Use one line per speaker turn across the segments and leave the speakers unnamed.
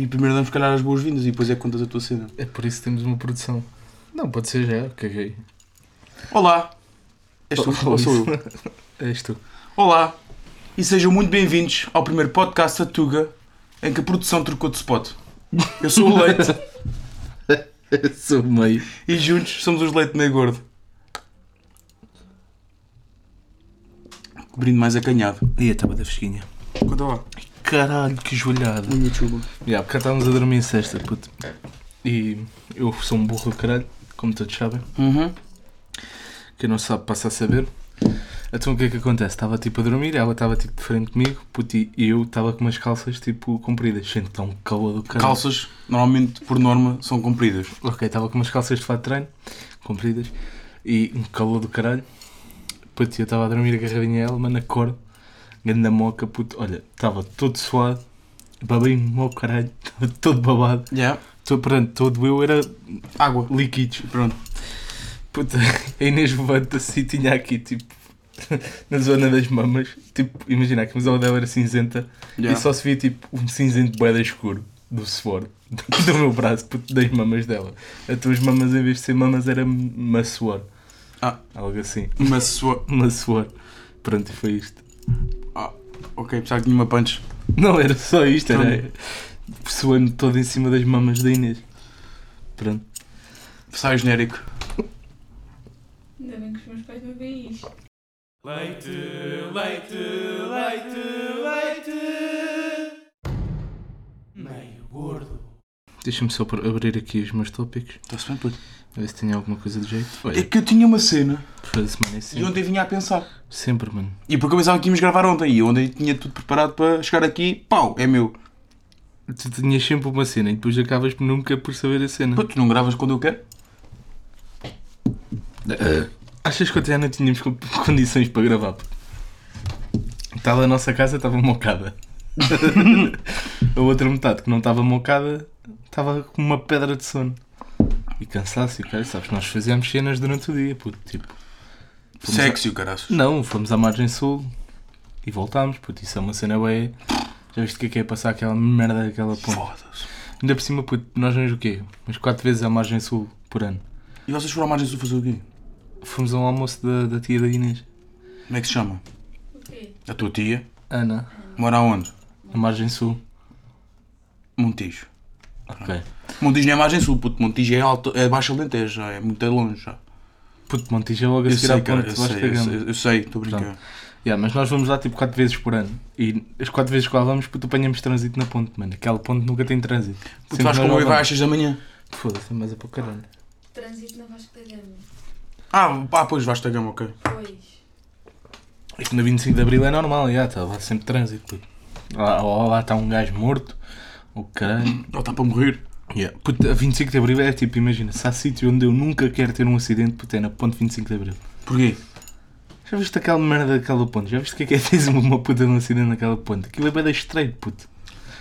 E primeiro damos, se calhar, as boas-vindas e depois é que contas a tua cena.
É por isso que temos uma produção. Não, pode ser já, caguei.
Olá! És tu ou sou eu?
És tu.
Olá! E sejam muito bem-vindos ao primeiro podcast da Tuga em que a produção trocou de spot. Eu sou o Leite
Sou meio.
e juntos somos os Leite Meio Gordo. O brinde mais acanhado.
E a tábua da fesquinha.
Conta lá.
Caralho, que joelhada.
Minha chuva.
Já, porque estávamos a dormir em sexta, puto. E eu sou um burro do caralho, como todos sabem.
Uhum.
Quem não sabe passa a saber. Então o que é que acontece? Estava tipo a dormir, ela estava tipo de frente comigo, puto, e eu estava com umas calças tipo compridas. Gente, está um calor do caralho.
Calças, normalmente, por norma, são compridas.
Ok, estava com umas calças de fato de treino, compridas, e um calor do caralho. Puto, eu estava a dormir agarradinha a ela, mas na cor, grande moca, puto, olha, estava todo suado, babei-me ao caralho, estava todo babado,
Yeah.
todo, pronto, todo eu era
Água.
líquidos.
Pronto.
Puta, a Inês levanta-se e tinha aqui, tipo, na zona das mamas, tipo, imagina, a camisola dela era cinzenta,
Yeah.
e só se via, tipo, um cinzento boeda escuro do suor, do meu braço, puto, das mamas dela. As tuas mamas, em vez de ser mamas, era uma suor.
Ah.
Algo assim,
Uma sua.
uma suor. Pronto, e foi isto.
Ok, precisava de nenhuma punch.
Não, era só isto, era suando todo em cima das mamas da Inês. Pronto.
Sai genérico.
Ainda bem que os meus pais não veem isto.
Deixa-me só por- abrir aqui os meus tópicos,
Está-se bem, puto.
a ver se tenho alguma coisa do jeito.
É
Olha,
que eu tinha uma cena
foi a semana é
e
sempre.
ontem vinha a pensar.
Sempre, mano.
E porque eu pensava que íamos gravar ontem e ontem tinha tudo preparado para chegar aqui, pau, é meu.
Tu tinhas sempre uma cena e depois acabas nunca por saber a cena.
Puto, tu não gravas quando eu quero?
Ah, Achas que até não tínhamos co- condições para gravar? pô? Estava a nossa casa, estava mocada. a outra metade que não estava mocada estava com uma pedra de sono. E cansaço, e cara, sabes, nós fazíamos cenas durante o dia, puto, tipo. Fomos a-
Sexy, o caraço.
Não, fomos à margem sul e voltámos, puto, isso é uma cena bem. Já viste o que é que é passar aquela merda daquela ponte?
Foda-se.
Ainda por cima, puto, nós vamos o quê? Umas 4 vezes à margem sul por ano.
E vocês foram à margem sul fazer o quê?
Fomos a um almoço da, da tia da Inês.
Como é que se chama?
O quê?
A tua tia?
Ana,
Mora aonde?
na margem sul.
Montijo.
Ok.
Montijo não é margem sul, puto. Montijo é alto, é baixo Alentejo, já é muito longe já.
Puto, Montijo é logo a
Eu
seguir à
sei, cara,
ponte
eu
de Vasco
sei,
da
eu
Gama.
sei, eu sei, estou a brincar.
Yeah, mas nós vamos lá tipo 4 vezes por ano. E as 4 vezes que lá vamos, puto, apanhamos trânsito na ponte, mano. Aquela ponte nunca tem trânsito.
Puto, vais com o
nós
meu e
lá
vai às 6 da manhã.
vamos. Foda-se, mas é para o caralho.
Trânsito na Vasco da Gama.
Ah, pá, pois, Vasco da Gama, ok.
Pois.
Isto na 25 de Abril é normal, já, está lá sempre trânsito, puto. Lá, lá, lá está um gajo morto. O caralho.
Ou está tá para morrer.
Yeah. Puto, a 25 de Abril é tipo, imagina, se há sítio onde eu nunca quero ter um acidente, puto, é na ponte 25 de Abril.
Porquê?
Já viste aquela merda daquela ponte? Já viste o que é que é teres uma puta de um acidente naquela ponte? Aquilo é bem estreito, puto.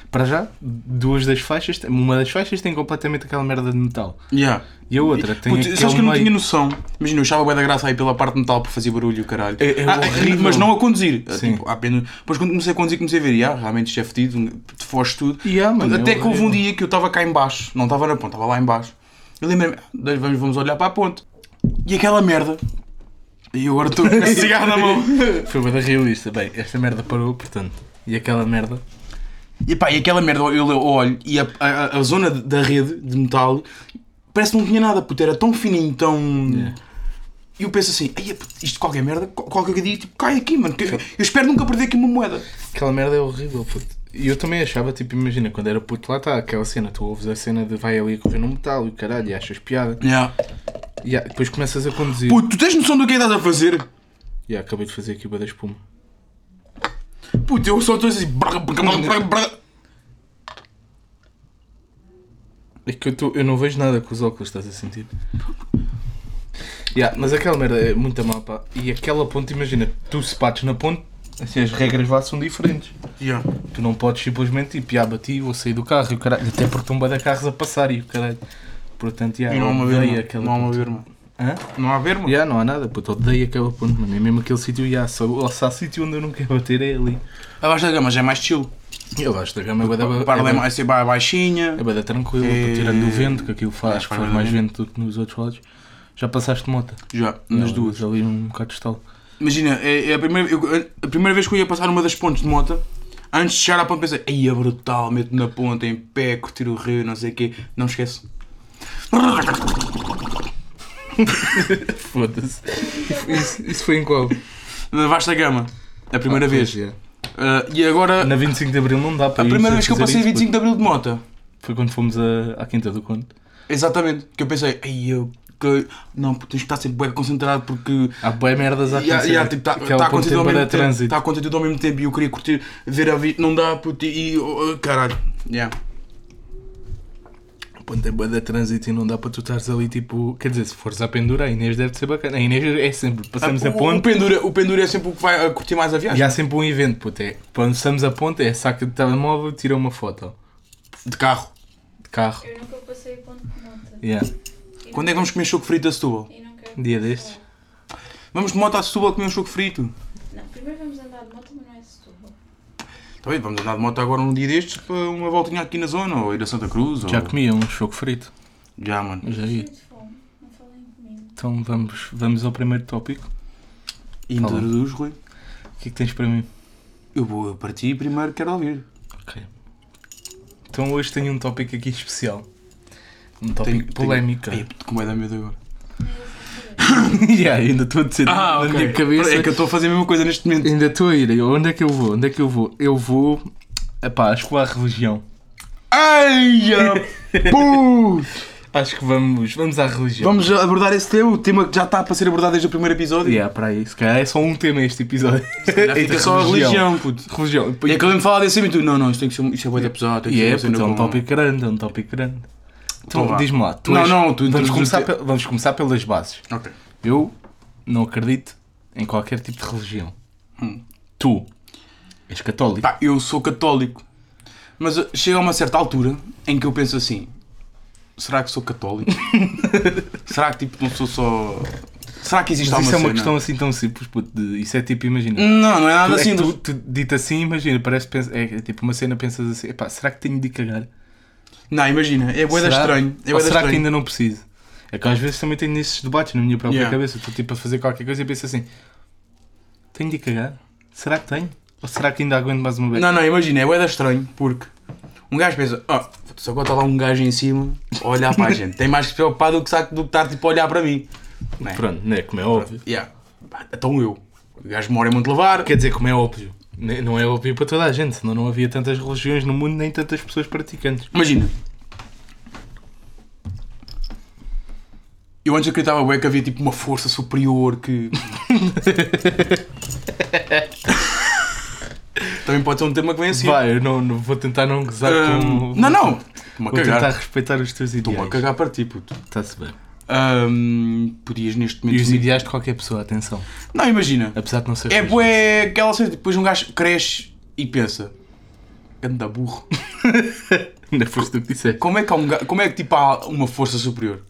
Para já, duas das faixas, uma das faixas tem completamente aquela merda de metal.
Yeah.
E a outra tem
Putz,
aquele
sabes que eu não
meio-
tinha noção? Imagina, eu achava bem da graça aí pela parte de metal porque fazia barulho e o caralho.
É- é
Ah,
horrível.
mas não a conduzir. Ah,
Sim.
Tipo, apenas... Depois quando comecei a conduzir comecei a ver, "Ya, realmente isto é fedido, te foges tudo.
E há, mano,
Até
é
que houve um
horrível.
dia que eu estava cá em baixo, não estava na ponte, estava lá em baixo. Eu lembrei-me, "Dois, vamos, vamos olhar para a ponte. E aquela merda. E eu agora estou com esse cigarro na mão.
Foi bem realista. Bem, esta merda parou, portanto. E aquela merda.
E pá, e aquela merda, eu eu olho e a, a- a zona de- da rede de metal parece que não tinha nada, puto, era tão fininho, tão.
Yeah.
E eu penso assim, "Ei, puto, isto qualquer merda, qual- qualquer dia tipo, cai aqui, mano. que eu, eu espero nunca perder aqui uma moeda.
Aquela merda é horrível, puto. E eu também achava, tipo, imagina, quando era puto, lá está aquela cena, tu ouves a cena de vai ali a correr no metal e o caralho, e achas piada. E há- depois começas a conduzir.
Puto, tu tens noção do que é que estás a fazer?
E há, acabei de fazer aqui o da espuma.
Puto, eu só estou assim. brr, brr, brr, brr, brr.
É que eu, tô- eu não vejo nada com os óculos, estás a sentir? Yeah, mas aquela merda é muito má, pá. E aquela ponte, imagina, tu se bates na ponte, assim, as regras lá são diferentes.
Yeah.
Tu não podes simplesmente tipo, ah, bati, vou sair do carro e o caralho. Até porque estão bué de carros a passar e o caralho. Portanto, yeah,
E não há uma
odeio
ver,
aquela
Não há uma
ponte.
ver, mano.
Hã?
Não há vermo?
Já, não há nada, puto, odeio aquela ponte, mano. É mesmo aquele sítio, já, só, só há sítio onde eu não quero bater é ali.
Abaixo da gama já é mais chill.
Eu acho da gama é bué da-
A barba é
é bué-
mais é ba- baixinha.
é bué da tranquila,
É.
pá, tirando o vento, que aquilo faz,
É,
acho que
faz
faz mais
bem.
vento do que nos outros lados. Já passaste de moto?
Já, nas
Não,
duas.
Ali um bocado de estalo.
Imagina, é, é a, primeira, eu- a primeira vez que eu ia passar numa das pontes de moto, antes de chegar à ponte pensei, aí é brutal, meto na ponta, em pé, tiro o rio, não sei o quê. Não me esqueço.
Foda-se. Isso, isso foi em qual?
Na vasta gama. A primeira
Ah,
vez.
pois,
Ah, e agora,
é. Na 25 de Abril não dá para
a
ir,
primeira vez
se
que eu
fizer
passei
isso,
25 de Abril de moto,
puto. Foi quando fomos a- à Quinta do Conde.
exatamente, que eu pensei, aí eu. Que, não, puto, tens que estar sempre bem concentrado porque.
Ah, Há é boé merdas
Está
a
yeah,
acontecer.
yeah, tipo, tá,
Aquela
tá a
ponte
acontecer ao
tem bué
mesmo
de
tempo.
trânsito.
Está a acontecer tudo ao mesmo tempo e eu queria curtir, ver a vida. Não dá, puto, e. oh, oh, caralho. Yeah.
A ponte é boa da trânsito e não dá para tu estares ali tipo. Quer dizer, se fores à pendura, a Inês deve ser bacana. A Inês é sempre. Passamos
Ah,
a
o- O
ponte
pendura, o pendura é sempre o que vai ah, curtir mais a viagem.
e há sempre um evento, puto. É, passamos a ponte, é saca de telemóvel, tira uma foto
De carro.
de carro.
Eu nunca passei a ponto de moto.
Yeah.
E
Quando é que vamos comer choco frito a Setúbal?
E não quero
Um dia
passar.
destes?
Vamos de moto a Setúbal comer um choco frito.
Não, primeiro vamos andar de moto, mas não é Setúbal.
Tá bem, vamos andar de moto agora um dia destes para uma voltinha aqui na zona, ou ir a Santa Cruz.
Já
ou...
comia um choco frito.
Já, mano.
Já
Cheio
ia.
de fome. Não falem comigo.
Então vamos, vamos ao primeiro tópico.
E
Tá
introduz, Rui.
O que é que tens para mim?
Eu vou eu para ti primeiro, quero ouvir.
Ok. Então hoje tenho um tópico aqui especial. Um tópico
Tenho-
polémico.
Tenho... Ai, puto, como é da medo agora.
Nem eu sei saber.
Yeah, ainda estou a dizer na minha cabeça.
Ah, É que eu estou a fazer a mesma coisa neste momento.
Ainda estou a ir. Eu- Onde é que eu vou? Onde é que eu vou? Eu vou. Epá, acho que vou à religião.
Ai, ah, puto!
Acho que vamos, vamos à religião.
Vamos já abordar esse tema, o tema que já está para ser abordado desde o primeiro episódio.
Yeah, para aí. Se calhar é só um tema este episódio.
Já fica só a religião, puto.
Religião.
E é que eu lembro de falar desse e tu, não, não, isto tem que ser, isto é boa pesado, tem que
E é,
ser uma
puto, é
cena
um
com-
tópico grande, é um tópico grande. Então,
Então vá.
diz-me lá. Tu
Não,
és-
não, tu introduz
vamos,
o
começar
te-
pe- vamos começar pelas bases.
Ok.
Eu não acredito em qualquer tipo de religião.
Hum.
Tu és católico.
Pá, eu sou católico, mas uh, chega a uma certa altura em que eu penso assim: será que sou católico? será que tipo não sou só. Será que existe
Mas isso é
alguma
uma
cena?
questão assim tão simples, puto, de- isso é tipo, imagina.
Não, não é
Tu,
nada
é
assim.
que tu,
do-
tu dito assim, imagina, parece que pensa- é, é tipo uma cena, pensas assim, epá, será que tenho de cagar?
Não, imagina, é boeda
Será?
estranho. É boeda
Ou será que
estranho.
ainda não preciso? É que às vezes também tenho nesses debates na minha própria
Yeah.
cabeça. Estou tipo a fazer qualquer coisa e penso assim: tenho de cagar? Será que tenho? Ou será que ainda aguento mais uma vez?
Não, não, imagina, é boeda estranho porque um gajo pensa: ah, se agora está lá um gajo em cima a olhar para a gente, tem mais que se preocupar do que saco do que estar tipo a olhar para mim. Não é?
Pronto, né? como é óbvio.
Yeah. Pá, Então eu, o gajo mora em Montelevar,
Quer dizer, como é óbvio. Ne- Não é óbvio para toda a gente, senão não havia tantas religiões no mundo nem tantas pessoas praticantes.
Imagina. Eu antes acreditava bem que havia tipo uma força superior que. Também pode ser um tema que vem assim.
Vai, eu não, não- vou tentar não gozar
Ahm,
com.
Ah, Não, não! Estou-me a
Vou tentar
cagar.
respeitar os teus
Estou-me a
ideais.
cagar para ti, puto.
Está-se bem.
Ahm, podias neste
E os
momento.
ideais de qualquer pessoa, atenção.
Não, imagina.
Apesar de não ser
É
religião.
bué aquela cena, depois um gajo cresce e pensa. Anda burro.
Ainda foste tu que disseste.
Como é que, há um ga- como é que tipo, há uma força superior?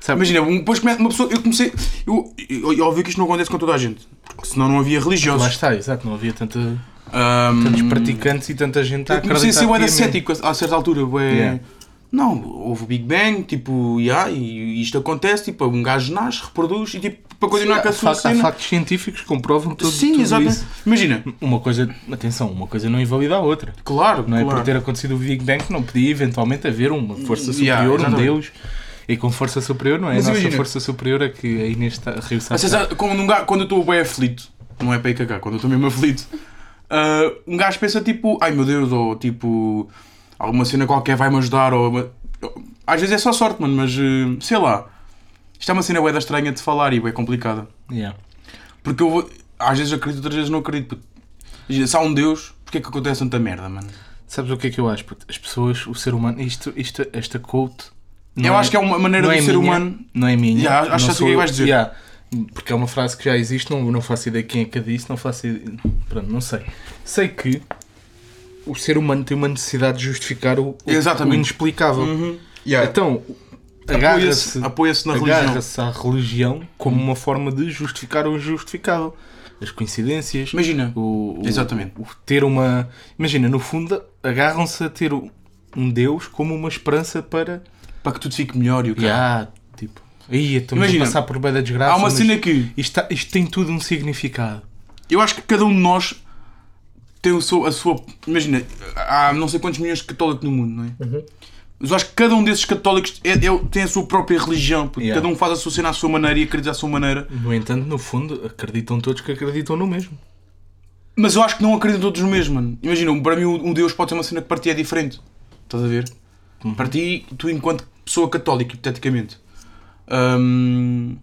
Sabe-
Imagina, um- depois começa uma pessoa. Eu comecei. Eu, eu, eu ouvi que isto não acontece com toda a gente. Porque senão não havia
Lá
religiosos.
está, exato, não havia tanta,
Ahm,
tantos praticantes e tanta gente a
Hum. eu comecei a ser
acreditar
bué da
piamente.
cético a a certa altura. bué.
Yeah.
Não, houve o Big Bang, tipo, yeah, e isto acontece, tipo, um gajo nasce, reproduz e tipo, para continuar com a
Há,
sua
fa- há
cena.
factos científicos que comprovam tudo,
Sim,
tudo
exatamente.
isso.
Imagina,
Uma coisa, atenção, uma coisa não invalida a outra.
claro,
Não é
claro. Hum,
por ter acontecido o Big Bang que não podia eventualmente haver uma força
Yeah,
superior, um
exatamente.
Deus. E com força superior não é
Mas
a nossa
imagina-
força superior a que a Inês está, riu
Às vezes, ah, quando, um gajo- quando eu estou bem aflito, não é para ir cagar, quando eu estou mesmo aflito, ah, um gajo pensa tipo, ai meu Deus, ou tipo, alguma cena qualquer vai-me ajudar, ou. uma- Às vezes é só sorte, mano, mas eh, sei lá. Isto é uma cena bué da estranha de falar e bué complicada.
Yeah.
Porque eu vou- às vezes acredito, outras vezes não acredito. puto. Imagina, Se há um Deus, porque é que acontece tanta merda, mano?
Sabes o que é que eu acho? puto? As pessoas, o ser humano, isto, isto esta quote.
Eu acho que é uma maneira
não
do
é
ser
minha,
humano.
Não é minha.
Já, acho
não
que já sei o que é que vais dizer.
já. porque é uma frase que já existe, não, não faço ideia quem é que a disse, não faço ideia. Pronto, não sei. Sei que o ser humano tem uma necessidade de justificar o, o,
Exatamente.
o inexplicável.
Yeah.
Então,
Apoia-se
agarra-se
apoia na religião.
agarra-se à religião como uma forma de justificar o injustificável. As coincidências,
Imagina.
o, o-
Exatamente.
o ter uma. Imagina, no fundo, agarram-se a ter um Deus como uma esperança para.
Para que tudo fique melhor e o
E,
caralho.
ah, tipo. Aí, estamos
Imagina,
a passar por bem da desgraça.
Há uma
mas
cena que
Isto, tá- isto tem tudo um significado.
eu acho que cada um de nós tem o seu, a sua. Imagina, há não sei quantos milhões de católicos no mundo, não é? Mas eu acho que cada um desses católicos é, é- tem a sua própria religião, porque
Yeah.
cada um faz a sua cena à sua maneira e acredita à sua maneira.
No entanto, no fundo, acreditam todos que acreditam no mesmo.
Mas eu acho que não acreditam todos no mesmo, mano. Imagina, para mim um Deus pode ser uma cena que para ti é diferente. Estás a ver? Para ti, tu enquanto pessoa católica, hipoteticamente. Hum...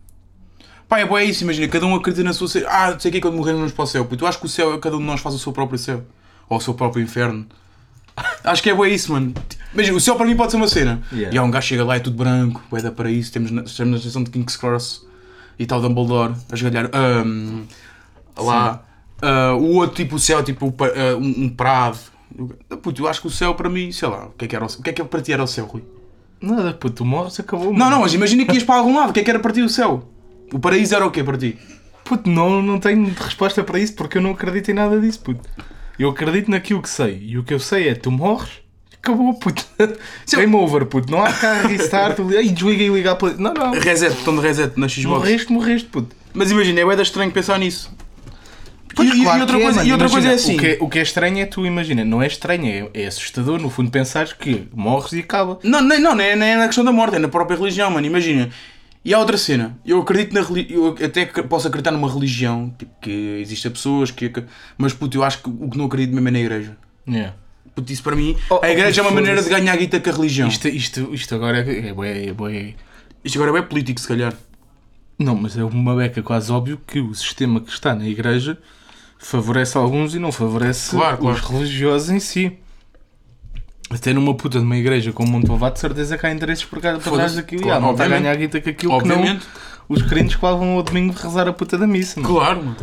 Pá, é, bué isso, imagina, cada um acredita na sua cena. Ah, não sei o que é quando morrer não nos para o céu. Puto, eu acho que o céu, cada um de nós faz o seu próprio céu. Ou o seu próprio inferno. Acho que é bué isso, mano. Imagina, o céu para mim pode ser uma cena.
Yeah.
E há um gajo que chega lá, é tudo branco, bué da paraíso, temos na, estamos na estação de King's Cross e tal Dumbledore a esgalhar. hum, lá. Ah, o outro tipo, o céu, tipo pa- ah, um, um prado. Puto, eu acho que o céu para mim, sei lá, o que é que era o céu? O que é que para ti era o céu, Rui?
Nada, pô, tu morres, acabou.
Não, não, mas imagina que ias para algum lado, o que é que era para ti o céu? O paraíso era o quê para ti?
Puto, não, não tenho resposta para isso porque eu não acredito em nada disso, puto. Eu acredito naquilo que sei. E o que eu sei é tu morres, acabou, puto. Game over, puto. Não há cá restart. Ai, desliga e liga a play. Não, não.
Reset, botão de reset na Xbox.
Morreste, morreste, puto.
Mas imagina, é bué da estranho pensar nisso.
Pois,
e, e
claro
outra,
que é,
coisa,
mano.
e outra coisa é
Imagina,
assim.
O que é, o que é estranho é tu, imagina, não é estranho, é, é assustador. No fundo, pensares que morres e acaba.
Não, nem, não, nem, nem é na questão da morte, é na própria religião, mano. Imagina. E há outra cena. Eu acredito na reli- eu até que posso acreditar numa religião, tipo, que existem pessoas que. que- Mas puto, eu acho que o que não acredito mesmo é na igreja.
Yeah.
Puto, isso para mim,
Oh,
a igreja é uma
foda-se.
maneira de ganhar guita com a religião. Isto,
Isto, isto, isto agora é, é, bué- é bué-
agora é bem político, se calhar.
Não, mas é uma beca quase óbvio que o sistema que está na igreja favorece alguns e não favorece
Claro, claro.
os religiosos em si. Até numa puta de uma igreja como Montalvá, de certeza que há interesses por causa por trás
Foda-se,
daquilo.
claro,
e há malta a
obviamente.
ganhar guita com aquilo
Obviamente.
que não os crentes que lá vão ao domingo rezar a puta da missa. mano.
Claro, mano.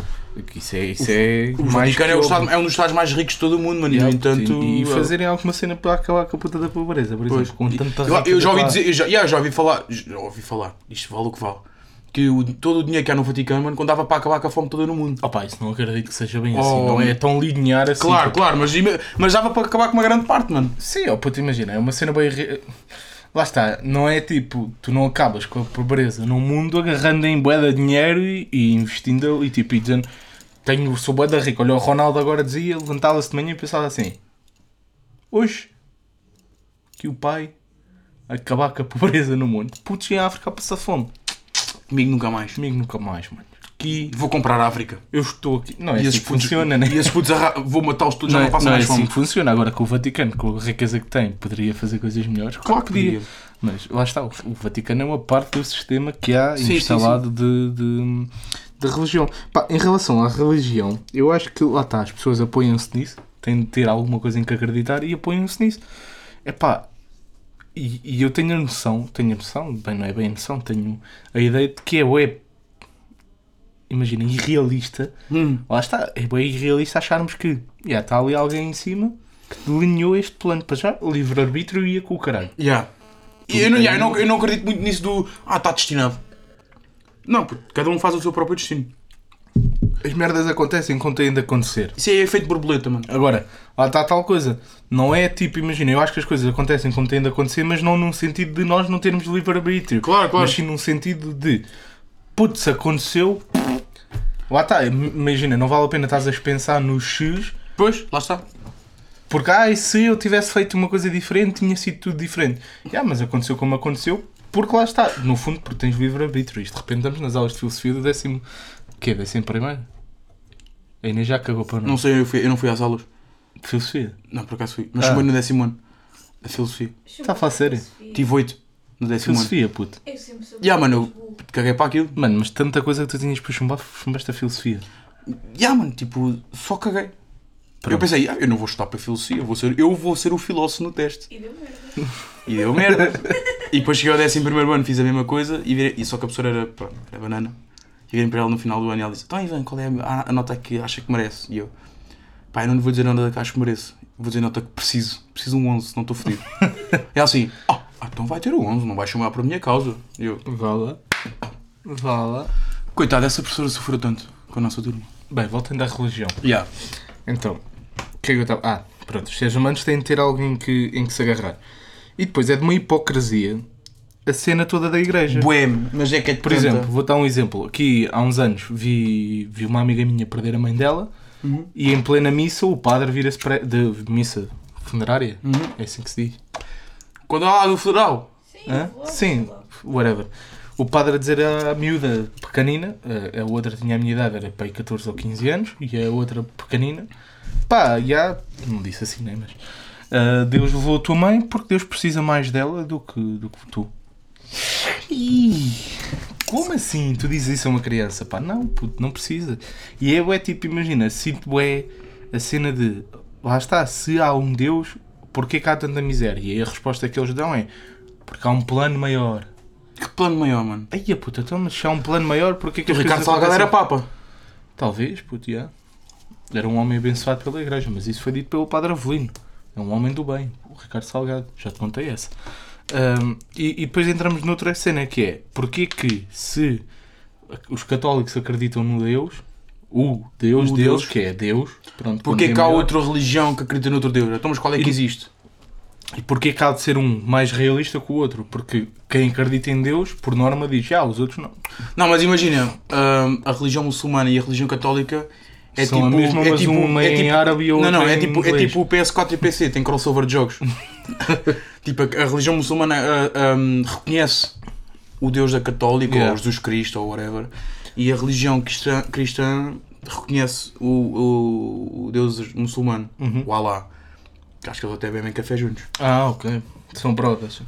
Que Isso é, isso é
O
mais
Vaticano é,
que
o
óbvio.
estado- é um dos estados mais ricos de todo o mundo, mano. E, no
Yeah,
entanto.
E, e
é-
fazerem alguma cena para acabar com a puta da pobreza, por exemplo. Com tanta
eu, eu
riqueza
já ouvi
lá.
dizer, eu já, yeah, já ouvi falar, já ouvi falar, isto vale o que vale, que o- todo o dinheiro que há no Vaticano, mano, quando dava para acabar com a fome toda no mundo.
Opa, isso não acredito que seja bem
Oh,
assim. Não é tão linear assim.
Claro, claro, mas, ima- mas dava para acabar com uma grande parte, mano.
Sim, ó puto, imagina, é uma cena bem. re- Lá está, não é tipo, tu não acabas com a pobreza no mundo agarrando em bué de dinheiro e, e investindo e tipo, e dizendo, tenho, sou bué da rico. Olha, o Ronaldo agora dizia, levantava-se de manhã e pensava assim: hoje que o pai acabar com a pobreza no mundo, putos em África a passar fome,
Comigo nunca mais.
comigo nunca mais, mano.
Que vou comprar a África.
Eu estou aqui, não é
E
assim
esses
que
putos-
funciona, né?
E esses putos arra- vou matá-los todos, já
Não,
não
é-
passam
não é
mais
assim
fome.
que funciona. Agora com o Vaticano, com a riqueza que tem, poderia fazer coisas melhores.
Claro que podia.
Mas lá está, o o Vaticano é uma parte do sistema que há
Sim, sim,
instalado De, de, de religião. Pá, em relação à religião, eu acho que lá está, as pessoas apoiam-se nisso, têm de ter alguma coisa em que acreditar e apoiam-se nisso. É pá, e, e eu tenho a noção, tenho a noção, bem, não é bem a noção, tenho a ideia de que é, ué, imagina, irrealista
Hum.
Lá está, é bem irrealista acharmos que já está ali alguém em cima que delineou este plano para já, livre-arbítrio ia com o caralho.
Yeah. E eu, não, yeah, eu, não, eu não acredito muito nisso do. Ah, está destinado. Não, porque cada um faz o seu próprio destino.
As merdas acontecem quando têm de acontecer.
Isso é efeito borboleta, mano.
Agora, lá está tal coisa. Não é tipo, imagina, eu acho que as coisas acontecem como têm de acontecer, mas não num sentido de nós não termos livre-arbítrio.
Claro, claro.
Mas sim num sentido de, putz, aconteceu. Lá está, imagina, não vale a pena estás a pensar no X
Pois, lá está.
Porque, ai, se eu tivesse feito uma coisa diferente, tinha sido tudo diferente. Ah, mas aconteceu como aconteceu, porque lá está. No fundo, porque tens livre-arbítrio. Isto, de repente, estamos nas aulas de filosofia do décimo... quê? Décimo primeiro? A Inês já cagou para
Não
nós.
sei, eu, fui- eu não fui às aulas.
Filosofia?
Não, por acaso fui. Mas
Ah.
chamei no décimo ano. A filosofia.
Tá a falar sério?
Filosofia.
Tive oito no décimo ano.
Filosofia, puto.
Eu sempre soube.
Yeah, mano,
mais burro.
eu caguei para aquilo.
Mano, mas tanta coisa que tu tinhas para chumbar, chumbaste a filosofia.
Yeah, mano, tipo, só caguei. Eu
Pronto.
pensei, ah, eu não vou estudar para filosofia, eu vou ser, eu vou ser o filósofo no teste.
E deu merda.
E deu merda. e depois cheguei ao décimo primeiro ano, fiz a mesma coisa e, virei, e só que a professora era, pronto, era banana. E virei para ela no final do ano e ela disse: Então, Ivan, qual é a, a nota que acha que merece? E eu, pá, eu não lhe vou dizer a nota que acho que mereço, vou dizer a nota que preciso. Preciso um 11, não estou fodido. e ela assim, ah, ah, então então vai ter o 11, não vai chamar por minha causa. E eu,
Vala. Vala.
coitado, essa professora sofreu tanto com a nossa turma.
Bem, voltando à religião.
Yeah.
Então, o que é que eu estava. Ah, pronto, os seres humanos têm de ter alguém que, em que se agarrar. E depois é de uma hipocrisia a cena toda da igreja.
Bué, mas é que é
Por exemplo, vou dar um exemplo. Aqui há uns anos vi, vi uma amiga minha perder a mãe dela e em plena missa o padre vira-se para. de missa funerária? É assim que se diz.
Uhum. Quando ela lá no funeral,
Sim,
Hã?
logo,
Sim,
logo.
whatever. O padre a dizer à miúda pequenina, eh, a- a outra tinha a minha idade, era para aí 14 ou 15 anos, e a outra pequenina, pá, já, não disse assim, né? Mas ah, Deus levou a tua mãe porque Deus precisa mais dela do que, do que tu. Ih, como assim? Tu dizes isso a uma criança, pá, não, puto, não precisa. E eu é tipo, imagina, sinto é a cena de lá está, se há um Deus, porquê que há tanta miséria? E a resposta que eles dão é porque há um plano maior.
que plano maior, mano.
Ai, a puta, então, mas se há um plano maior, porquê que
O
as
Ricardo
coisas
Salgado
acontecem?
era Papa.
Talvez, puto, já. Era um homem abençoado pela igreja, mas isso foi dito pelo Padre Avelino. É um homem do bem, o Ricardo Salgado. Já te contei essa. Ahm, e, e depois entramos noutra cena que é: porquê que se os católicos acreditam no Deus, o Deus
O
deles,
Deus.
que é Deus, pronto,
Porquê
quando
que há
é maior,
outra religião que acredita noutro Deus? Então, mas qual é que
E-
existe?
E porquê que há de ser um mais realista que o outro? Porque quem acredita em Deus, por norma, diz: ah, os outros não.
Não, mas imagina, hum, a religião muçulmana e a religião católica é
São
tipo.
a mesma,
é
mas
tipo,
uma
é
em
tipo-
árabe e a
Não,
outra
não, é
em
tipo, é
inglês.
tipo o PS4 e PC, tem crossover de jogos. tipo, a, a religião muçulmana ah, hum, reconhece o Deus da Católica
Yeah.
ou Jesus Cristo ou whatever, e a religião cristã, cristã reconhece o, o, o Deus muçulmano,
Uhum.
o Alá. Que Acho que eles até bebem café juntos.
Ah, ok. São brothers.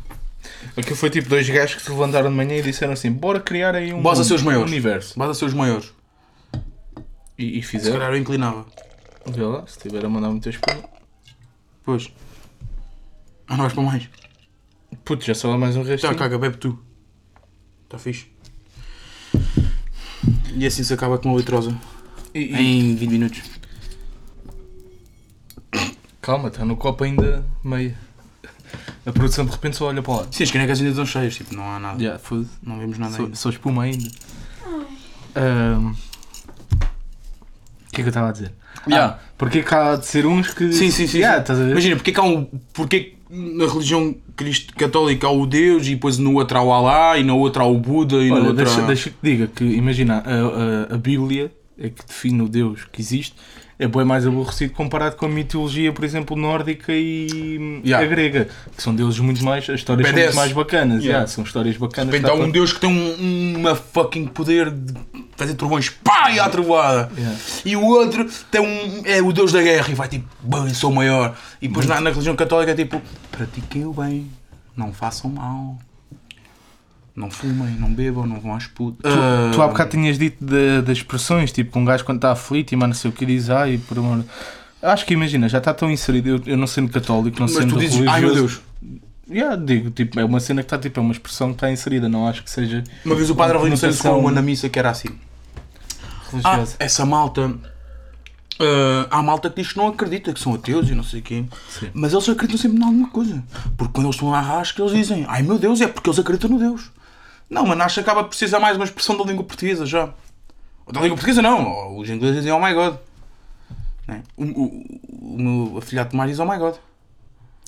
Aqui foi tipo dois gajos que se levantaram de manhã e disseram assim: bora criar aí um,
Bora ser os maiores."
universo.
Basta ser os maiores.
E, e
Se
fizeram.
calhar eu inclinava.
Vê lá, se tiver a mandar muitas coisas.
Pois. Ah, não vais para mais.
Putz, já só há mais um resto.
Já caga, bebe tu. Está fixe. E assim se acaba com uma litrosa. Em 20 minutos.
Calma, está no copo ainda meia. A produção de repente só olha para lá.
Sim, as canecas ainda estão cheias, tipo, não há nada.
Já, foda-se.
Não vemos nada
Só,
ainda.
só espuma ainda. Ahm, O que é que eu estava a dizer?
Já.
Ah, porque que há de ser uns que.
Sim, sim, sim.
Já,
sim.
estás a ver?
Imagina, porque é que há um. Porque é que na religião crist- católica há o Deus e depois no outro há o Alá e na outra há o Buda e na
Olha,
outra.
deixa, deixa que diga que, imagina, a, a, a Bíblia é que define o Deus que existe, é bem mais aborrecido comparado com a mitologia, por exemplo, nórdica e
Yeah.
a grega, que são deuses muito mais, as histórias são
Badass.
muito mais bacanas,
Yeah.
yeah, são histórias bacanas.
Depende,
tá
há um
pronto.
Deus que tem um, uma fucking poder de fazer trovões, pá, e há trovoada.
Yeah.
E o outro tem um, é o Deus da guerra e vai tipo, bem, sou maior. E depois na, na religião católica é tipo, pratiquem o bem, não façam mal. Não fumem, não bebam, não vão às Ah, putas.
Tu, tu há bocado tinhas dito da- das expressões, tipo, que um gajo quando está aflito e mais não sei o que diz, ai, por amor... Acho que imagina, já está tão inserido, eu, eu não sendo católico, não
mas
sendo
tu dizes,
religioso...
ai meu Deus.
Yeah, digo, tipo, é uma cena que está, tipo, é uma expressão que está inserida, não acho que seja
Uma vez o padre Avelino saiu com
conotação
uma na missa que era assim. Ah,
religiosa.
essa malta. ah, há malta que diz que não acredita, que são ateus e não sei o quê.
Sim.
Mas eles acreditam sempre em alguma coisa. Porque quando eles estão à rasca, eles dizem: Ai meu Deus, é porque eles acreditam no Deus. Não, mano, acho que acaba por precisar mais uma expressão da língua portuguesa já. Ou da língua portuguesa não. Os ingleses dizem Oh my God. Né? O, o- o meu afilhado Tomás diz Oh my God.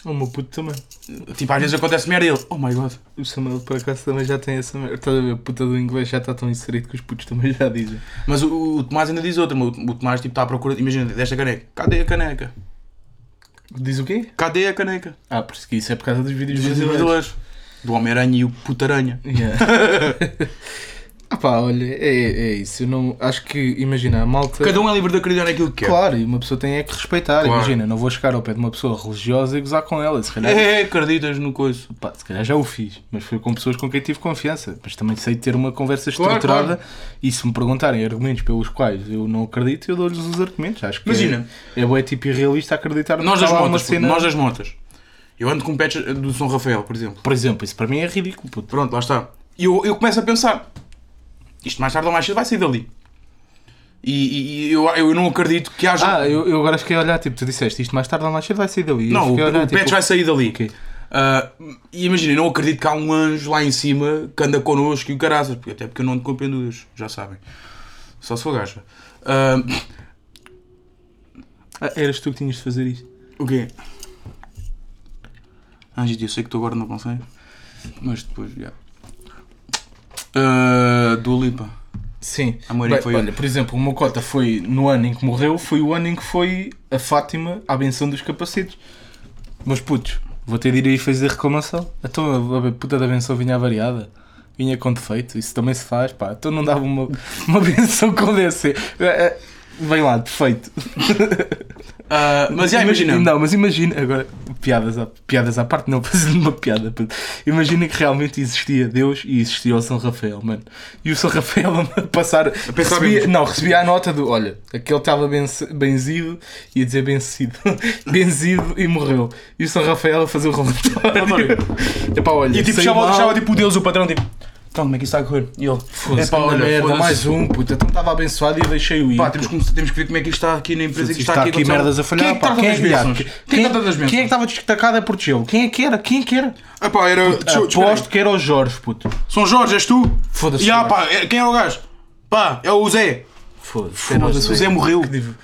O meu puto também.
Tipo, às vezes acontece merda e ele Oh my God.
O Samuel, por acaso, também já tem essa merda. Estás a ver? O puta do inglês já está tão inserido que os putos também já dizem.
Mas o, o Tomás ainda diz outra. mas O, o Tomás tipo, está à procura. Imagina, desta caneca. Cadê a caneca?
Diz o quê?
Cadê a caneca?
Ah, por isso que isso é por causa dos vídeos
Dos
brasileiros.
brasileiros. Do Homem-Aranha e o Puta-Aranha.
Yeah. ah pá, olha, é, é isso. Eu não... Acho que, imagina, a malta...
Cada um é livre de acreditar naquilo que quer.
Claro, e uma pessoa tem é que respeitar.
Claro.
Imagina, não vou chegar ao pé de uma pessoa religiosa e gozar com ela. Se calhar,
É, acreditas no coiso.
pá, se calhar já o fiz, mas foi com pessoas com quem tive confiança. Mas também sei ter uma conversa
Claro,
estruturada e se me perguntarem argumentos pelos quais eu não acredito, eu dou-lles os argumentos. Acho que
Imagina.
é, é bué tipo irrealista acreditar
Nós
que
das
há lá
motas, puto, nós das motas. Eu ando com patch do São Rafael, por exemplo.
Por exemplo, isso para mim é ridículo, puto.
Pronto, lá está. E eu, eu começo a pensar, isto mais tarde ou mais cedo vai sair dali. E, e- e eu, eu não acredito que haja...
Ah, eu, eu agora fiquei a olhar, tipo, tu disseste isto mais tarde ou mais cedo vai sair dali. Eu
não, o,
fiquei a
o
olhar,
patch
tipo,
vai sair dali.
ok.
Ah, e imagina, não acredito que há um anjo lá em cima que anda connosco e o caraças, porque- até porque eu não ando com penduras, já sabem. Só se for gaja. Ah,
Ah, eras tu que tinhas de fazer isto.
o quê? Ah, gente, eu sei que tu agora não consegues, mas depois, já. Ah, Dua Lipa.
Sim.
A maioria
Bem,
foi-
Olha, por exemplo, o meu cota foi no ano em que morreu, foi o ano em que foi a Fátima à benção dos capacetes. Meus putos, vou ter de ir aí fazer reclamação. Então a a puta da benção vinha variada. Vinha com defeito, isso também se faz, pá. Então não dava uma, uma benção com DC. Eh, eh, Vem lá, defeito.
Ah, mas já, imagina.
Não, mas imagina, agora, piadas à, piadas à parte, não fazendo uma piada. puto. Imagina que realmente existia Deus e existia o São Rafael, mano. E o São Rafael a passar.
pensar
recebia,
bem.
não, recebia a nota do: olha, aquele estava benze- benzido, ia dizer vencido. benzido e morreu. E o São Rafael a fazer o relatório.
Relatório.
Epá, olha,
E tipo,
saiu
chamava,
mal.
chamava tipo o Deus, o patrão, tipo. Então, como é que isso está a correr? E ele.
Foda-se,
Epá,
que
olha,
merda,
é foda-se.
mais um, puta. Então estava abençoado e deixei-o ir.
Pá, temos que, temos que ver como é que isto está aqui na empresa
Se
que está aqui. a acontecer.
merdas a falhar,
Quem é que trata das bênçãos? Quem, é que trata das bênçãos?
Quem é que estava destacado a protegê-lo? Quem é que era? Quem é que era?
Ah pá, era. deixa eu- espera aí.
Aposto que era o Jorge, puto.
São Jorge, és tu?
Foda-se,
E ah
Jorge.
pá, é- quem é o gajo? Pá, é o Zé.
Foda-se, era
Foda-se, o Zé morreu.
Que div-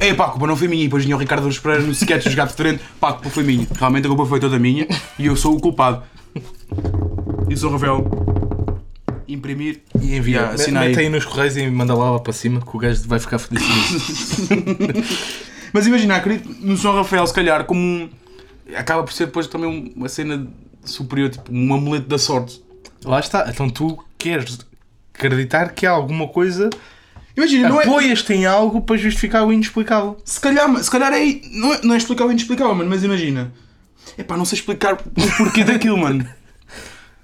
É pá, a culpa não foi minha. E depois vinha o Ricardo dos Pereira no sketch dos Gato Frente. Pá, a culpa foi minha. Realmente a culpa foi toda minha e eu sou o culpado. E sou Rafael. Imprimir.
E
Ya,
envia,
assina aí.
mete aí nos correios e manda lá, lá para cima que o gajo vai ficar fodido.
Mas imagina, acredito no São Rafael, se calhar, como um. Acaba por ser depois também um- uma cena superior, tipo um amuleto da sorte.
lá está, então tu queres acreditar que há alguma coisa,
Imagina, não é.
apoias-te em algo para justificar o inexplicável.
Se calhar, se calhar é. Não é, não é explicável e inexplicável, mano, mas imagina. Epá, não sei explicar o porquê daquilo, mano.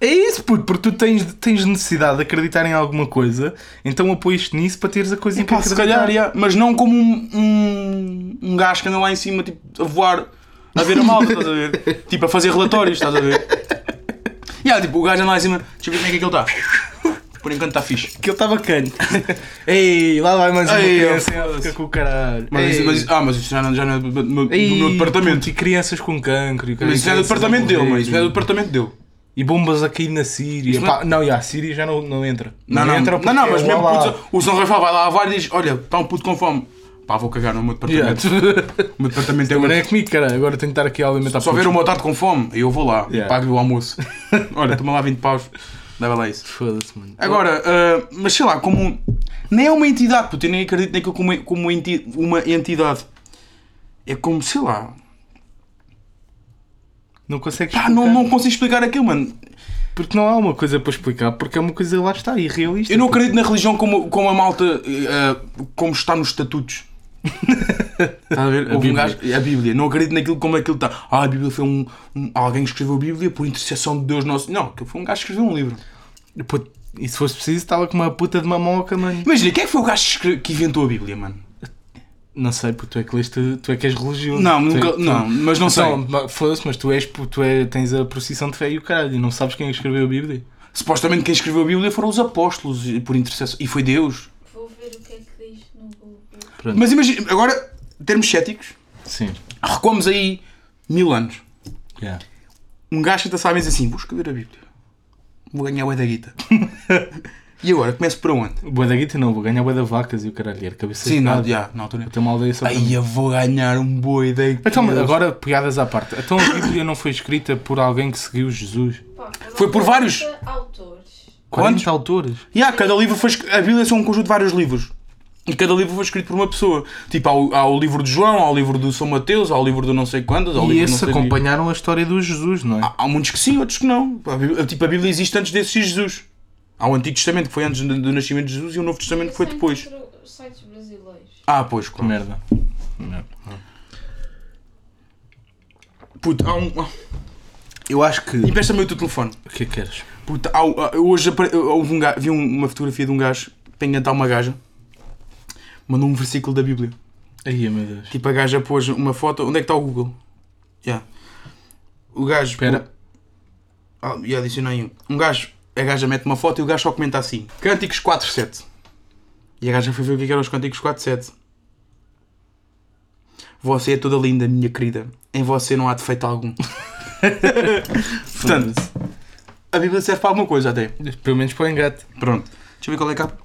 É isso, puto, porque tu tens, tens necessidade de acreditar em alguma coisa, então apoias-te nisso para teres a coisa em que
Pá, se
acreditar.
calhar, yeah, mas não como um, um, um gajo que anda lá em cima, tipo, a voar, a ver a malta, estás a ver? Tipo, a fazer relatórios, estás a ver? Yeah, tipo, o gajo anda lá em cima, deixa eu ver como é que aquilo está. Por enquanto está fixe.
que ele estava canho. Ei, lá vai mais uma
Ei,
criança
eu-
fica com o caralho.
Mas,
Ei.
isso- mas isso- ah, mas isso já não, já não é do, do meu- do
Ei,
meu departamento.
puto, E crianças com cancro. E
Mas isso não é do
crianças
departamento
a
dele,
morrer,
mas isso não é do departamento dele.
E bombas a cair na Síria.
Isso não- é-
Pá, não, já, a Síria já não, não entra.
Não, não,
entra
não, não, mas
é
mesmo
lá, lá.
puto, o São Rafael vai lá à VAR e diz: Olha, está um puto com fome. Pá, vou cagar no meu
Yeah.
departamento. O meu departamento é
Agora
outro.
é comigo, cara. Agora tenho que estar aqui a alimentar
Se houver
putos.
um otário com fome, eu vou lá,
Tá Yeah.
pago-lhe o almoço. Olha, toma lá 20 paus, dava lá isso.
Foda-se, mano.
Agora, ah, mas sei lá, como. Nem é uma entidade, puto, eu nem acredito naquilo como, como enti- uma entidade. É como, sei lá.
Não consegues
Pá,
explicar.
não, não consigo explicar aquilo, mano.
Porque não há uma coisa para explicar, porque é uma coisa lá está, irrealista.
Eu não acredito na religião como, como a malta. eh, como está nos estatutos. Estás a ver? Houve um
Bíblia.
gajo- a Bíblia. Não acredito naquilo como aquilo está. Ah, a Bíblia foi um, um- Alguém que escreveu a Bíblia por intercessão de Deus nosso. Não, aquilo foi um gajo que escreveu um livro.
Puto, E se fosse preciso, estava com uma puta de mamoca, mano.
Imagina, quem é que foi o gajo que, escre- que inventou a Bíblia, mano?
Não sei, porque tu é que leste, tu é que és religioso.
Não,
Tu é-
nunca.
tu-
Não, mas não sei.
Então, ma- foda-se, mas tu és, pu- tu é, tens a procissão de fé e o caralho, e não sabes quem é que escreveu a Bíblia.
Supostamente quem escreveu a Bíblia foram os apóstolos e por intercessão. E foi Deus.
Vou ver o que é que diz no Google.
Pronto,
Mas imagina, agora, termos céticos,
sim.
recuamos aí mil anos.
Yeah.
um gajo senta-se à mesa assim, vou escrever a Bíblia, vou ganhar o da guita. e agora, começo por onde?
Boa da guita não, vou ganhar boa da vacas e o caralho, era cabeça
Sim,
de
na,
nada.
já, na altura.
Eu tenho uma aldeia só para
Aí eu vou ganhar um boi da guita.
Então, mas agora piadas à parte. Então a Bíblia não foi escrita por alguém que seguiu Jesus?
Pá, foram
Foi por vários?
40 Autores.
40 autores?
Yeah, cada livro foi escrito, a Bíblia é só um conjunto de vários livros. E cada livro foi escrito por uma pessoa. Tipo, há o, há o livro de João, há o livro do São Mateus, há o livro do não sei quantas, há o
E
livro do não
esses
sei de-
acompanharam a história do Jesus, não é?
Há muitos que sim, outros que não. A Bíblia- Tipo, a Bíblia existe antes desse Jesus. Há o Antigo Testamento que foi antes do do nascimento de Jesus e o Novo Testamento que foi
Eu só
depois.
é encontro Sites brasileiros.
Ah, pois, claro.
Merda. Merda.
Puto, há um.
Eu acho que.
E peça-me o teu telefone.
O que é que queres?
Puta, há- há- hoje apare- houve um ga- vi um- uma fotografia de um gajo para engatar uma gaja. Mandou um versículo da Bíblia.
Aí, meu Deus.
Tipo, a gaja pôs uma foto. Onde é que está o Google? Yeah. O gajo.
Espera.
Ah, e adicionei um. Um gajo. A gaja mete uma foto e o gajo só comenta assim: Cânticos 4-7. E a gaja foi ver o que é que eram os Cânticos 4-7. Você é toda linda, minha querida. Em você não há defeito algum. Portanto, a Bíblia serve para alguma coisa até.
Pelo menos para o engate.
Pronto. Deixa eu ver qual é a capa.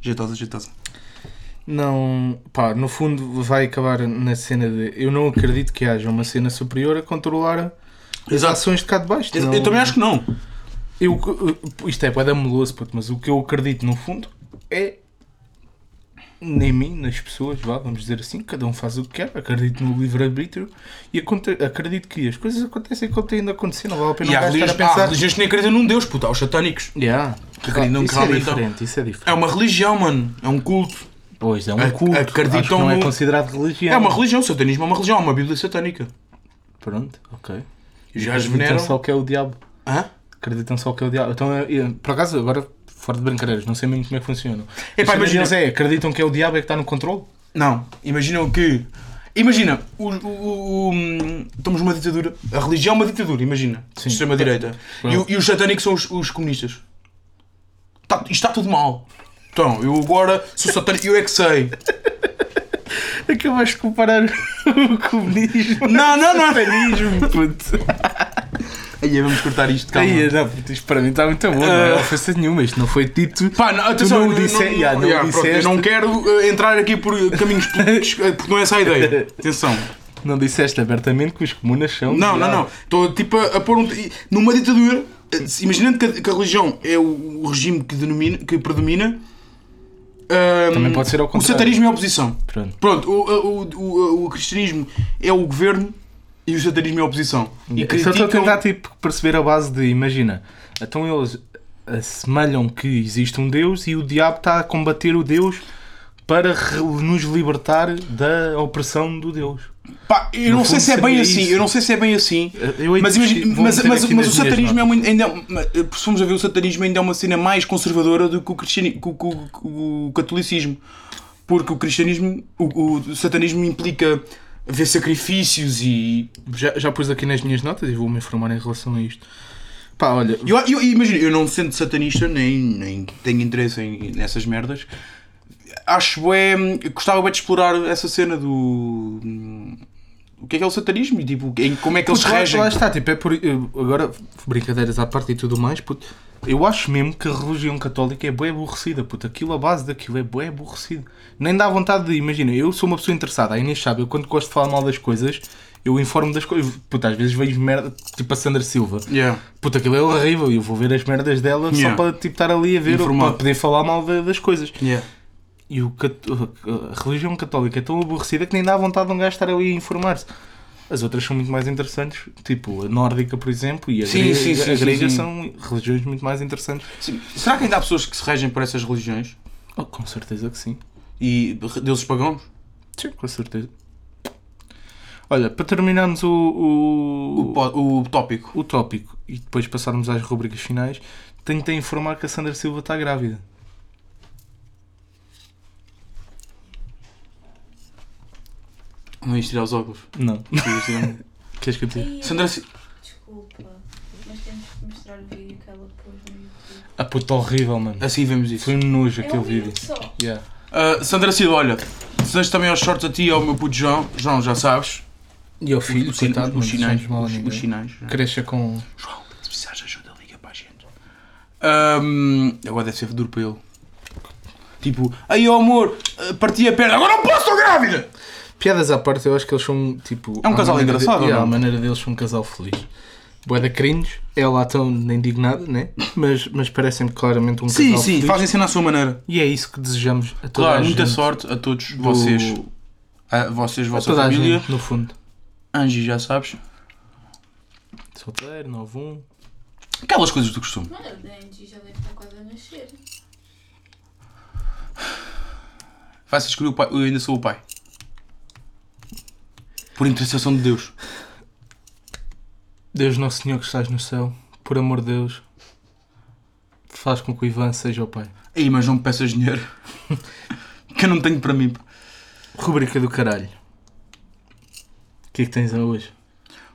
Jeitosa, jeitosa.
Não, pá, no fundo vai acabar na cena de eu não acredito que haja uma cena superior a controlar as
Exato.
ações de cá de baixo.
Eu,
Não-
eu também acho que não.
eu- eu- isto é para dar meloso, puto, mas o que eu acredito no fundo é nem mim, nas pessoas, vá, vamos dizer assim, cada um faz o que quer, acredito no livre-arbítrio e aconte- acredito que as coisas acontecem como têm de acontecer, não vale a pena
E Ah,
um
há
gajo
religiões,
estar
há
a pensar.
religiões que nem acreditam num é um Deus, puta, há os satânicos.
Yeah.
Acreditam que
isso, é
realmente-
diferente, isso é diferente.
É uma religião, mano. É um culto.
Pois, é um
Ac-
culto.
acreditam
Acho que não é
no-
considerado religião.
É uma religião, o satanismo é uma religião, é uma Bíblia satânica.
Pronto, ok.
E os gajos
Acreditam
veneram.
só que é o diabo.
Hã?
Acreditam só que é o diabo. Então, eu- eu- por acaso, agora, fora de brincadeiras, não sei mesmo como é que funciona.
É pá,
Mas
imagina-
eles é, acreditam que é o diabo é que está no controle?
Não, imaginam que. Imagina, o, o- o- hum, estamos numa ditadura. A religião é uma ditadura, imagina.
Sim. É.
Extrema-direita. E, o- e os satânicos são os, os comunistas. Tá, isto está tudo mal. Então, eu agora sou satânico, eu é que sei.
É Acabaste de comparar o comunismo.
Não, não, não.
Satanismo, puto.
Aí vamos cortar isto, calma.
Aí, não, puto, isto para mim está muito bom, não é ofensa nenhuma. Isto não foi dito.
Pá, não, atenção,
não
eu
o disse- já, não o
já, pronto, eu
disseste.
não quero eh, entrar aqui por caminhos políticos, eh, porque não é essa a ideia. Atenção.
Não disseste abertamente que os comunas são.
Não, não, não. Estou tipo a, a pôr um. e Numa ditadura, eh, se- imaginando que a, que a religião é o, o regime que, denomina, que predomina. ahm,
Também pode ser ao
O
contrário.
satanismo é a oposição.
Pronto.
Pronto, o, o, o, o- o cristianismo é o governo e o satanismo é a oposição. E
Só estou
criticam...
a tentar tipo, perceber a base de, imagina, então eles assemelham que existe um Deus e o diabo está a combater o Deus para re- nos libertar da opressão do Deus.
Pá, eu
No
não sei
fundo
se é bem
seria
assim,
isso. Eh,
eu não sei se é bem assim.
Eu hei de
Mas,
pesqui-
imagina-
vou
mas,
meter
mas-
aqui
mas o
nas minhas
satanismo é
notas.
muito. Ainda, é um- mas, eh, se formos a ver, o satanismo ainda é uma cena mais conservadora do que o, cristiani- que o- que o- que o catolicismo. Porque o cristianismo. O, o satanismo implica ver sacrifícios e.
Já, já pus aqui nas minhas notas e vou-me informar em relação a isto. Pá, olha,
Eu, eu, imagino, eu não sendo satanista, nem, nem tenho interesse em, nessas merdas. Acho é. Gostava bem de explorar essa cena do. hum, O que é que é o satanismo e tipo, em- como é que eles
Puto, lá-
regem.
Lá, está, tipo, é por, eu- agora, brincadeiras à parte e tudo mais, puto, eu acho mesmo que a religião católica é bué aborrecida, puto. Aquilo, a base daquilo é bué aborrecida. Nem dá vontade de, imagina, eu sou uma pessoa interessada, a Inês sabe, eu quando gosto de falar mal das coisas, eu informo das coisas. Puto, às vezes vejo merda, tipo a Sandra Silva.
Yeah.
Puta, aquilo é horrível e eu vou ver as merdas dela
Yeah.
só para tipo, estar ali a ver, ou
Informado.
para poder falar mal da- das coisas.
Yeah.
E o cat- a religião católica é tão aborrecida que nem dá vontade de um gajo estar ali a informar-se. As outras são muito mais interessantes, tipo a nórdica, por exemplo, e a,
Sim,
grega,
sim, sim,
a
sim,
grega
sim.
são religiões muito mais interessantes.
Sim. Será que ainda há pessoas que se regem por essas religiões?
Oh, com certeza que sim.
E deuses pagãos?
Sim, com certeza. Olha, para terminarmos o, o,
O, po- o tópico.
o tópico e depois passarmos às rubricas finais, tenho-te a informar que a Sandra Silva está grávida.
Não ias tirar os óculos.
Não. Queres que eu tire?
Sandra Silva.
Desculpa, mas temos que mostrar o vídeo que ela pôs no YouTube.
Ah, puta, horrível, mano.
Assim vemos isso.
Foi um nojo
é
aquele
um
vídeo.
minuto só.
Yeah.
Ah, Sandra Silva, olha. Desejo também aos shorts a ti e ao meu puto João. João, já sabes.
E ao filho,
Os sin-
coitado,
os
mas
sinais.
não mal a
os-
ninguém.
Os sinais.
Cresça com.
João, se precisares de ajuda, liga para a gente. Ahm, agora deve ser duro para ele. Tipo, aí ó amor, ah, parti a perna, agora não posso, estou grávida!
Piadas à parte, eu acho que eles são tipo.
É um
à
casal
maneira
engraçado,
de-
ou
Yeah,
não?
à maneira deles, são um casal feliz. Boeda cringe, ela tão nem digo nada, né? Mas, mas parecem-me claramente um
Sim,
casal
sim,
feliz.
fazem cena à sua maneira.
E é isso que desejamos a toda a
Claro,
gente.
muita sorte a todos
do-
vocês. A vocês,
A
vossa
toda a
família.
gente, no fundo.
Angie, já sabes.
Solteiro, novo um.
Aquelas coisas do costume.
Olha, a Angie já deve estar quase a nascer.
Faça escolher o pai. Eu ainda sou o pai. Por intercessão de Deus.
Deus Nosso Senhor que estás no céu, por amor de Deus, faz com que o Ivan seja o pai.
Aí, mas não me peças dinheiro. que eu não tenho para mim. pá.
Rubrica do caralho. O que é que tens hoje?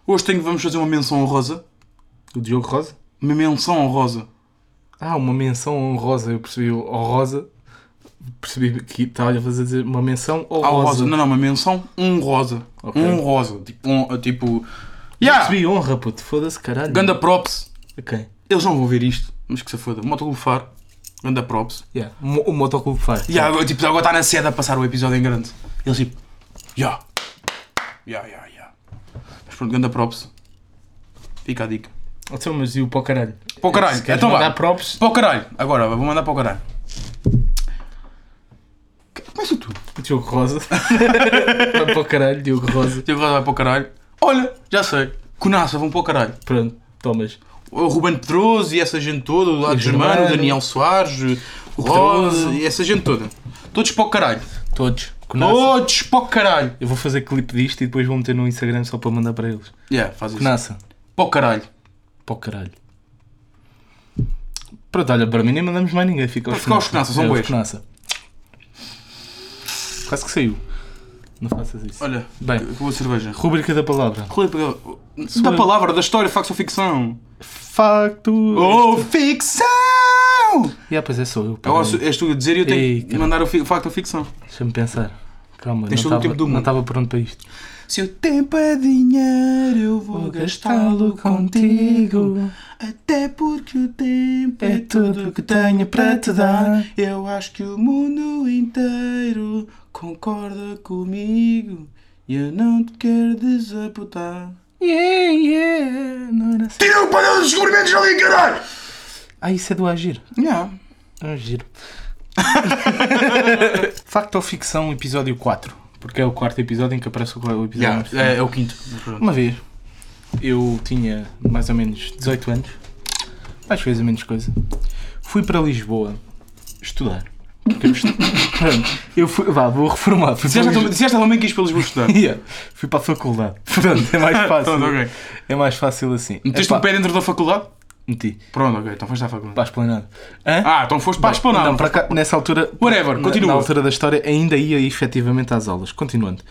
Hoje tenho, vamos fazer uma menção honrosa.
O Diogo Rosa?
Uma menção honrosa.
Ah, uma menção honrosa. Eu percebi o honrosa. Percebi que estava a fazer dizer uma menção
Ah, Honrosa.
honrosa.
Não, não, uma menção honrosa. Um
Ok.
Honrosa. Tipo, hon- tipo Yeah.
Recebi honra, puto. Foda-se, caralho.
Ganda props.
Ok.
Eles não vão ver isto, mas que se foda. Motoclube Faro. Ganda props.
Yeah. Mo- O motoclube faz.
E agora, tipo, agora está na sede a passar o episódio em grande. Eles tipo. Ya. Ya, ya, ya. Mas pronto, ganda props. Fica a dica.
Então, mas e o para o caralho?
Para o caralho.
Se queres
Então
mandar
vá.
props,
Para o caralho. Agora, vou mandar para o caralho. Começa tu.
Diogo Rosa. Vai para o caralho, Diogo Rosa.
Diego Rosa vai para o caralho. Olha, já sei. Conassa vão para o caralho.
Pronto, tomas.
O Ruben Pedroso e essa gente toda, o Lado
Germano.
Germano, o Daniel Soares, o
Pedroso.
Rose e essa gente toda. Todos para o caralho.
Todos. Conassa.
Todos para o caralho.
Eu vou fazer clipe disto e depois vou meter no Instagram só para mandar para eles.
Yeah, faz isso.
Conassa.
Para o caralho.
Para o caralho. Pronto, olha, para mim nem mandamos mais ninguém. Fica
Vai ficar os Conassa, são
É,
bois.
os Conassa. Quase que saiu. Não faças isso.
Olha,
Bem.
boa cerveja.
Rubrica da palavra.
Da palavra, da história, facto ou ficção?
Facto.
Oh, ficção!
Yeah, pois é, sou eu. peraí.
Agora sou- és tu a dizer e eu tenho
Ei,
que
cara.
mandar o fi- facto ou ficção.
Deixa-me pensar. Calma,
Tens todo o
não
tempo do
estava- não
mundo.
estava pronto para isto.
Se o tempo é dinheiro, eu vou gastá-lo contigo. Até porque o tempo é tudo que tenho para te dar. Eu acho que o mundo inteiro concorda comigo. E eu não te quero desapontar.
Yeah, yeah. Não era assim.
Tira o padrão dos descobrimentos, não vem caralho!
Ah, isso é do Agir.
Yeah.
É um giro. Facto ou ficção, episódio 4. Porque é o quarto episódio em que aparece o o episódio.
Yeah,
mais
é, é o quinto. mas pronto.
Uma vez, eu tinha mais ou menos 18 anos, mais coisa, menos coisa. Fui para Lisboa estudar. Porque eu, estu- Pronto, eu fui, vá, vou reformar. Fui para,
Disseste
Lisboa...
também- disseste também que ias pelos é? meus estudantes.
Yeah, fui para a faculdade. Pronto, é mais fácil.
Pronto, Então, ok.
É mais fácil assim.
Meteste
Epá,
o pé dentro da faculdade?
Meti.
Pronto, ok, então foste à faculdade.
Para a esplanada. Hã?
Ah, então foste para a esplanada.
Não, para cá, nessa altura.
Whatever,
na-
continua.
Na altura da história, ainda ia efetivamente às aulas. Continuando.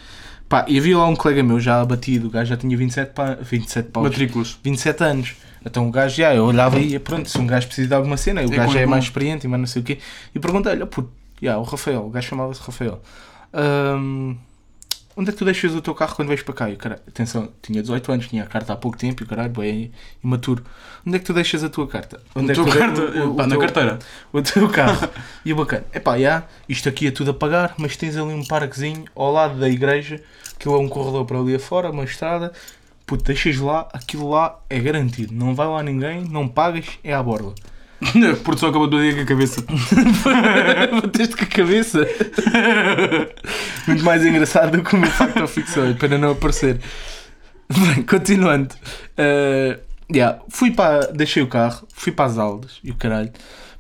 Pá, e havia lá um colega meu já abatido, o gajo já tinha 27, pa... 27 paus.
Matrículas.
27 anos. Então o gajo já, eu olhava e ia, pronto, se um gajo precisa de alguma cena, o
É
gajo já é
como-
mais experiente e mais não sei o quê. E perguntei-lhe, oh, puto, já, o Rafael, o gajo chamava-se Rafael, "Hum, onde é que tu deixas o teu carro quando vais para cá? E o cara, atenção, tinha 18 anos, tinha a carta há pouco tempo e o caralho, bem imaturo. Onde é que tu deixas a tua carta? Onde é que
Tua
tu de-
carta,
o- o
pá, na
teu-
carteira.
o teu carro. E o bacana, epá, já, isto aqui é tudo a pagar, mas tens ali um parquezinho ao lado da igreja, aquilo é um corredor para ali afora, uma estrada, puto, deixas lá, aquilo lá é garantido, não vai lá ninguém, não pagas, é à borda.
A produção acabou de dizer com a cabeça.
Bateste com a cabeça. Muito mais engraçado do que o meu facto ou ficção, para não aparecer. Bem, continuando. Uh, yeah, fui para. Deixei o carro, fui para as aulas e o caralho.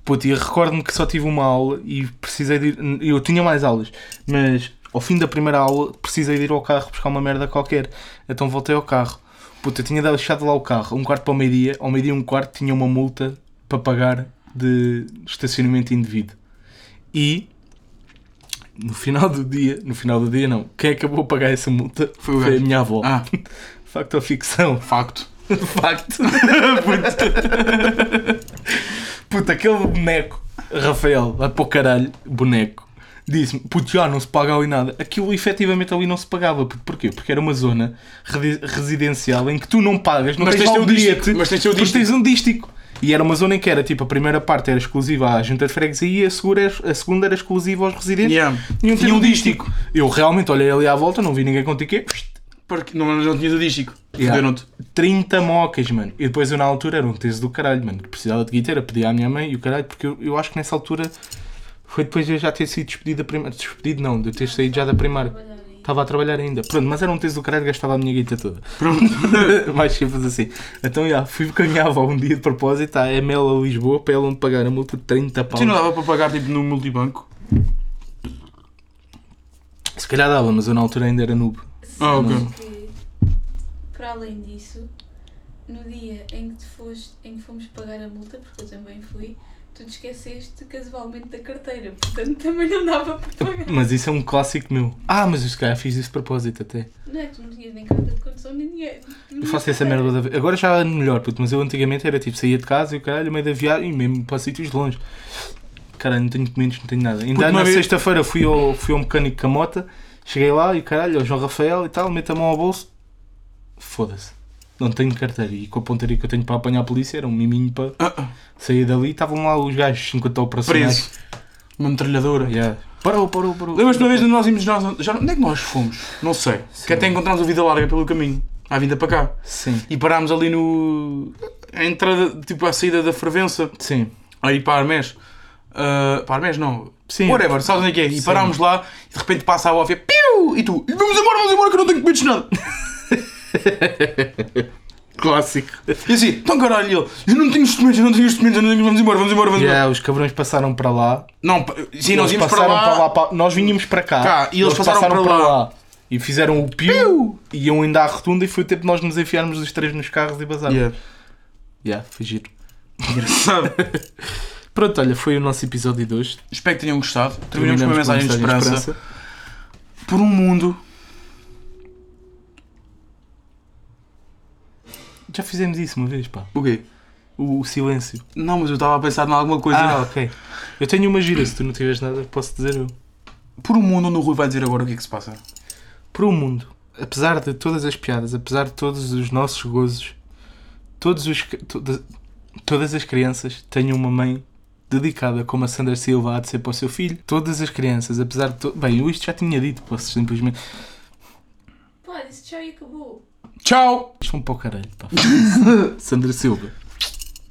Puto, e recordo-me que só tive uma aula e precisei de ir. Eu tinha mais aulas, mas ao fim da primeira aula precisei de ir ao carro buscar uma merda qualquer. Então voltei ao carro. Puta, eu tinha deixado lá o carro, um quarto para o meio-dia, ao meio-dia e um quarto tinha uma multa para pagar de estacionamento indevido. E no final do dia, no final do dia não, quem é acabou a pagar essa multa
Foi o
foi, a
gajo.
minha avó.
Ah,
Facto ou ficção?
facto.
Facto. Puta, aquele boneco, Rafael, vai para o caralho, boneco, disse-me, puto, já não se paga ali nada. Aquilo efetivamente ali não se pagava. Puto, Porquê? Porque era uma zona redi- residencial em que tu não pagas, não
Mas
tens
tens
lá
teu
o
dístico,
bilhete,
mas tens teu
porque
dístico.
tens um dístico. E era uma zona em que era tipo a primeira parte era exclusiva à junta de freguesia e a, segura era- a segunda era exclusiva aos residentes.
Yeah.
Tinham
Tinha
um
um dístico.
dístico. Eu realmente olhei ali à volta, não vi ninguém com ticket.
Porque não, não tinhas o dístico.
Yeah.
Fuderam-te.
30 mocas, mano. E depois eu na altura era um teso do caralho, mano. Que precisava de guitarra, pedi à minha mãe e o caralho, porque eu, eu acho que nessa altura foi depois de eu já ter sido despedido da primária. Despedido não, de eu ter saído já da primária. Estava a trabalhar ainda. Pronto, mas era um teso do caralho, gastava a minha guita toda.
Pronto.
Mais simples assim. Então, já, fui com a minha avó um dia de propósito à ML a Lisboa para ela me pagar a multa de 30
Tu não
paus.
dava para pagar tipo no multibanco?
Se calhar dava, mas eu na altura ainda era noob.
Ah, ok.
Sendo que, para além disso, no dia em que, te foste, em que fomos pagar a multa, porque eu também fui, tu te esqueceste casualmente da carteira, portanto também não dava para pagar.
Mas isso é um clássico meu. Ah, mas eu se calhar fiz isso de propósito até.
Não é que tu não tinhas nem carta de condução nem dinheiro.
Eu faço essa merda da vi- Agora já ando melhor, puto, mas eu antigamente era tipo, saía de casa e o caralho, a meio da viagem, e mesmo para sítios longe. Caralho, não tenho documentos, não tenho nada. Ainda
Puto,
na
uma vez-
sexta-feira fui ao, fui ao mecânico com a moto, cheguei lá e o caralho, ao João Rafael e tal, meto a mão ao bolso, foda-se. Não tenho carteira. E com a pontaria que eu tenho para apanhar a polícia era um miminho para
Ah, ah,
sair dali. Estavam lá os gajos 50 operacionais.
preso. é. Uma metralhadora.
Yeah. Parou, parou, parou.
Lembras-te uma vez onde nós íamos. Nós, já, onde é que nós fomos? Não sei.
Sim.
Que até encontramos o Vida Larga pelo caminho, à vinda para cá.
Sim.
E parámos ali no. A entrada, tipo, à saída da Fervença,
Sim.
aí para Armés. Ah, para Armés, não.
Sim.
Whatever, sabes onde é que é? E
Sim.
parámos lá e de repente passa a ófia. Piu! E tu, vamos embora, vamos embora que eu não tenho comido nada.
Clássico.
E assim, então caralho, e ele, eu não tenho instrumentos, eu não tenho instrumentos, eu não tenho... vamos embora, vamos embora, vamos embora.
Yeah, os cabrões passaram para lá.
Não, pa- sim, nós
Eles
íamos para
passaram
lá.
pa- Nós vinhamos para cá.
Cá, e eles passaram para lá.
E fizeram o piu, e iam ainda à rotunda e foi o tempo de nós nos enfiarmos os três nos carros e bazarmos.
Yeah.
Yeah, foi giro.
Engraçado.
Pronto, olha, foi o nosso episódio de hoje.
Espero que tenham gostado. Terminamos com uma
Terminamos
mensagem de esperança.
esperança.
Por um mundo.
Já fizemos isso uma vez, pá.
O quê?
O, o silêncio.
Não, mas eu estava a pensar em alguma coisa.
Ah, ok. Eu tenho uma gira, se tu não tiveres nada, posso dizer eu.
Por um mundo onde o Rui vai dizer agora o que é que se passa.
Por um mundo, apesar de todas as piadas, apesar de todos os nossos gozos, todos os, todas, todas as crianças têm uma mãe dedicada, como a Sandra Silva há de ser para o seu filho. Todas as crianças, apesar de. To... Bem, eu isto já tinha dito, posso simplesmente.
Pá, disse tchau e acabou.
Tchau!
Isto é um para o caralho, pá. Sandra Silva.